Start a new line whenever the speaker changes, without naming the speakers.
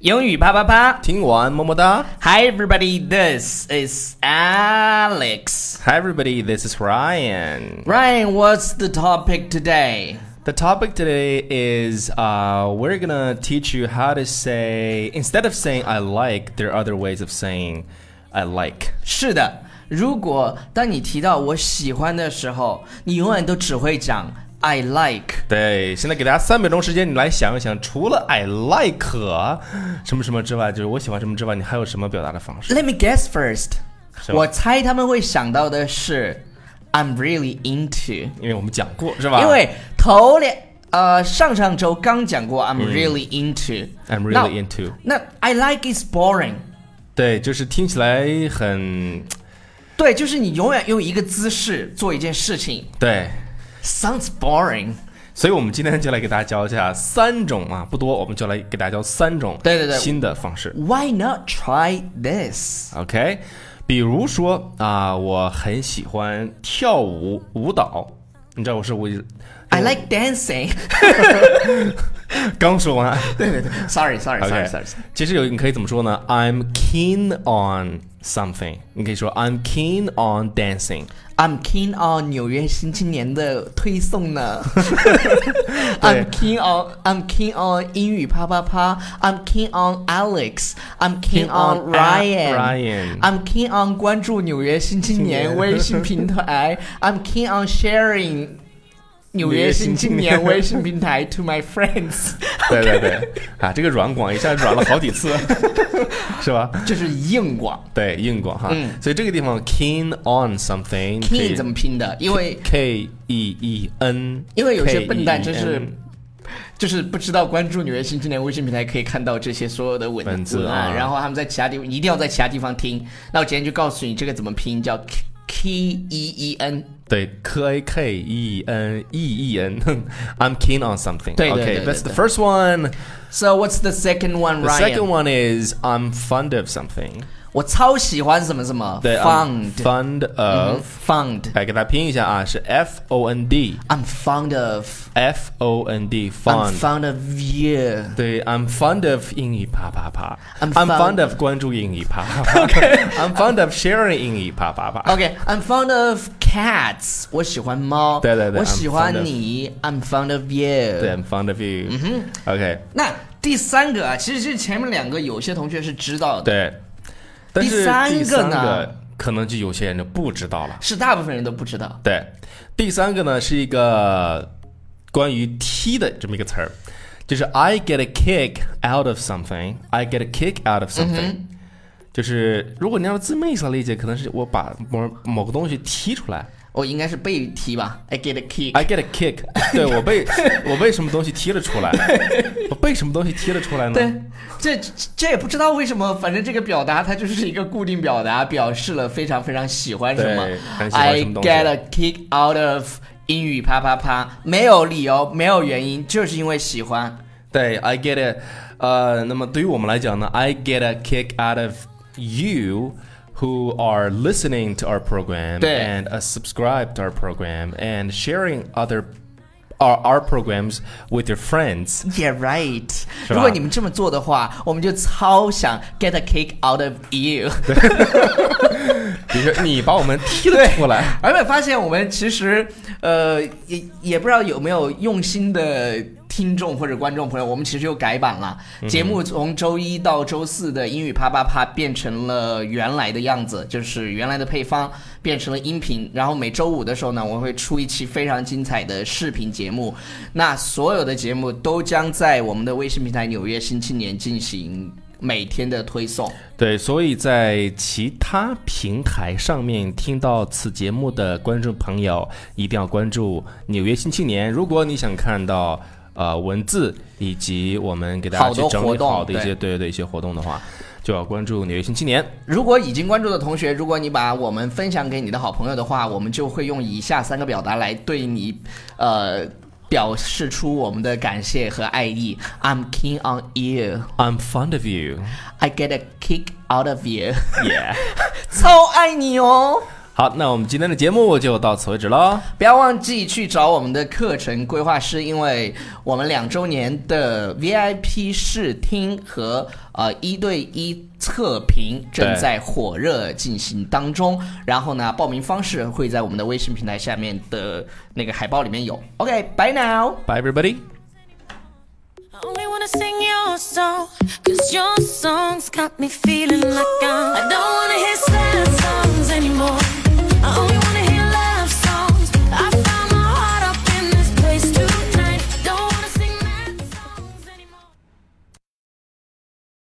英语啪啪啪
听完么么哒。
！Hi everybody, this is Alex.
Hi everybody, this is Ryan.
Ryan, what's the topic today?
The topic today is uh, we're gonna teach you how to say instead of saying I like, there are other ways of saying I like.
是的，如果当你提到我喜欢的时候，你永远都只会讲 I like。
对，现在给大家三秒钟时间，你来想一想，除了 I like 什么什么之外，就是我喜欢什么之外，你还有什么表达的方式？
Let me guess first，
什么
我猜他们会想到的是 I'm really into，、
因为我们讲过是吧？
因为头两呃上上周刚讲过 I'm really into，I'm、
I'm really into。
那 I like is boring。
对，就是听起来很
对，就是你永远用一个姿势做一件事情
对，
，sounds boring。
所以我们今天就来给大家教一下三种啊，不多，我们就来给大家教三种
对对对
新的方式。
Why not try this？
OK，比如说啊，我很喜欢跳舞舞蹈，你知道我是我
I like dancing.
刚说完。 对对对
sorry, sorry, sorry,
，OK
sorry.。
其实有你可以怎么说呢？I'm keen on something，你可以说 I'm keen on dancing。
I'm keen on 纽约新青年的推送 呢。I'm keen on I'm keen on 英语啪啪啪。I'm keen on Alex. I'm keen
Keen on
on Ryan.
Ryan
I'm keen on 关注纽约新青年微信平台。I'm keen on sharing 纽约新青年微信平台 to my friends。
对对对，啊，这个软广一下软了好几次， 是吧？
这是硬广。
对，硬广哈。
嗯
所以这个地方 keen on something 可以
Keen 怎么拼的？因为
K E E N，E
因为有些笨
嗯
蛋真是
K-E-E-N
就是不知道关注纽约新青年微信平台可以看到这些所有的文
文字
文案，
啊
然后他们在其他地方一定要在其他地方听。那我今天就告诉你这个怎么拼，叫 K K E E N。
对，K A K E N E E N，I'm keen on something.
对对对
Okay,
对
that's the first one.
So what's the second one,
The second
Ryan？
one is I'm fond of something.
我超喜欢什么什么
对 I'm
fond Mm-hmm。
fond of，
fond。
来给大家拼一下啊，是 F O N D
I'm fond of
F O N D
I'm
fond。
fond of you。
对，I'm fond of 英语啪啪啪
I'm
fond
fond-
of 关注英语啪 啪啪，I'm fond of sharing 英语啪啪
Oh。
啪。
OK，I'm fond of cats。我喜欢猫。
对对对
我
I'm
喜欢
fond of-
你。I'm fond of you。
对，I'm fond of you。OK，
Mm-hmm。那第三个啊，其实是前面两个有些同学是知道的，
对，但是
第
第
三
三
个呢
个可能就有些人就不知道了。
是大部分人都不知道。
对，第三个呢是一个关于踢的这么一个词儿，就是 I get a kick out of something，I get a kick out of something，、就是如果你要字面意思来理解，可能是我把某某个东西踢出来
我哦应该是被踢吧？I get a kick。
，I get a kick，对我被我被什么东西踢了出来，我被什么东西踢了出来呢？
对，这这也不知道为什么，反正这个表达它就是一个固定表达，表示了非常非常喜欢什么
对。很喜欢
I
什么东西
get a kick out of 英语啪啪啪，没有理由，没有原因，就是因为喜欢。
对，I get a，呃，那么对于我们来讲呢，I get a kick out of you who are listening to our program
对
and uh, subscribe to our program and sharing other our our programs with your friends。
Yeah, right。
是吧
如果你们这么做的话，我们就超想 get a kick out of you。
比如说你把我们踢了出来，
而且发现我们其实，呃，也也不知道有没有用心的听众或者观众朋友，我们其实又改版了，节目从周一到周四的英语啪啪啪变成了原来的样子，就是原来的配方变成了音频，然后每周五的时候呢，我们会出一期非常精彩的视频节目，那所有的节目都将在我们的微信平台《纽约新青年》进行每天的推送。
对，所以在其他平台上面听到此节目的观众朋友，一定要关注《纽约新青年》。如果你想看到呃文字以及我们给大家
好
去
多
整
活
理
动
好的一
对
些对对对一些活动的话，就要关注《纽约新青年》。
如果已经关注的同学，如果你把我们分享给你的好朋友的话，我们就会用以下三个表达来对你，呃，表示出我们的感谢和爱意。I'm keen on you,
I'm fond of you.
I get a kick out of you，
Yeah.
超爱你哦。
好，那我们今天的节目就到此为止喽。
不要忘记去找我们的课程规划师，因为我们两周年的 VIP 试听和呃一对一测评正
对
在火热进行当中。然后呢，报名方式会在我们的微信平台下面的那个海报里面有。OK，bye、now。
Bye everybody。
I only wanna sing your song, cause your song's got me feeling like I'm. I don't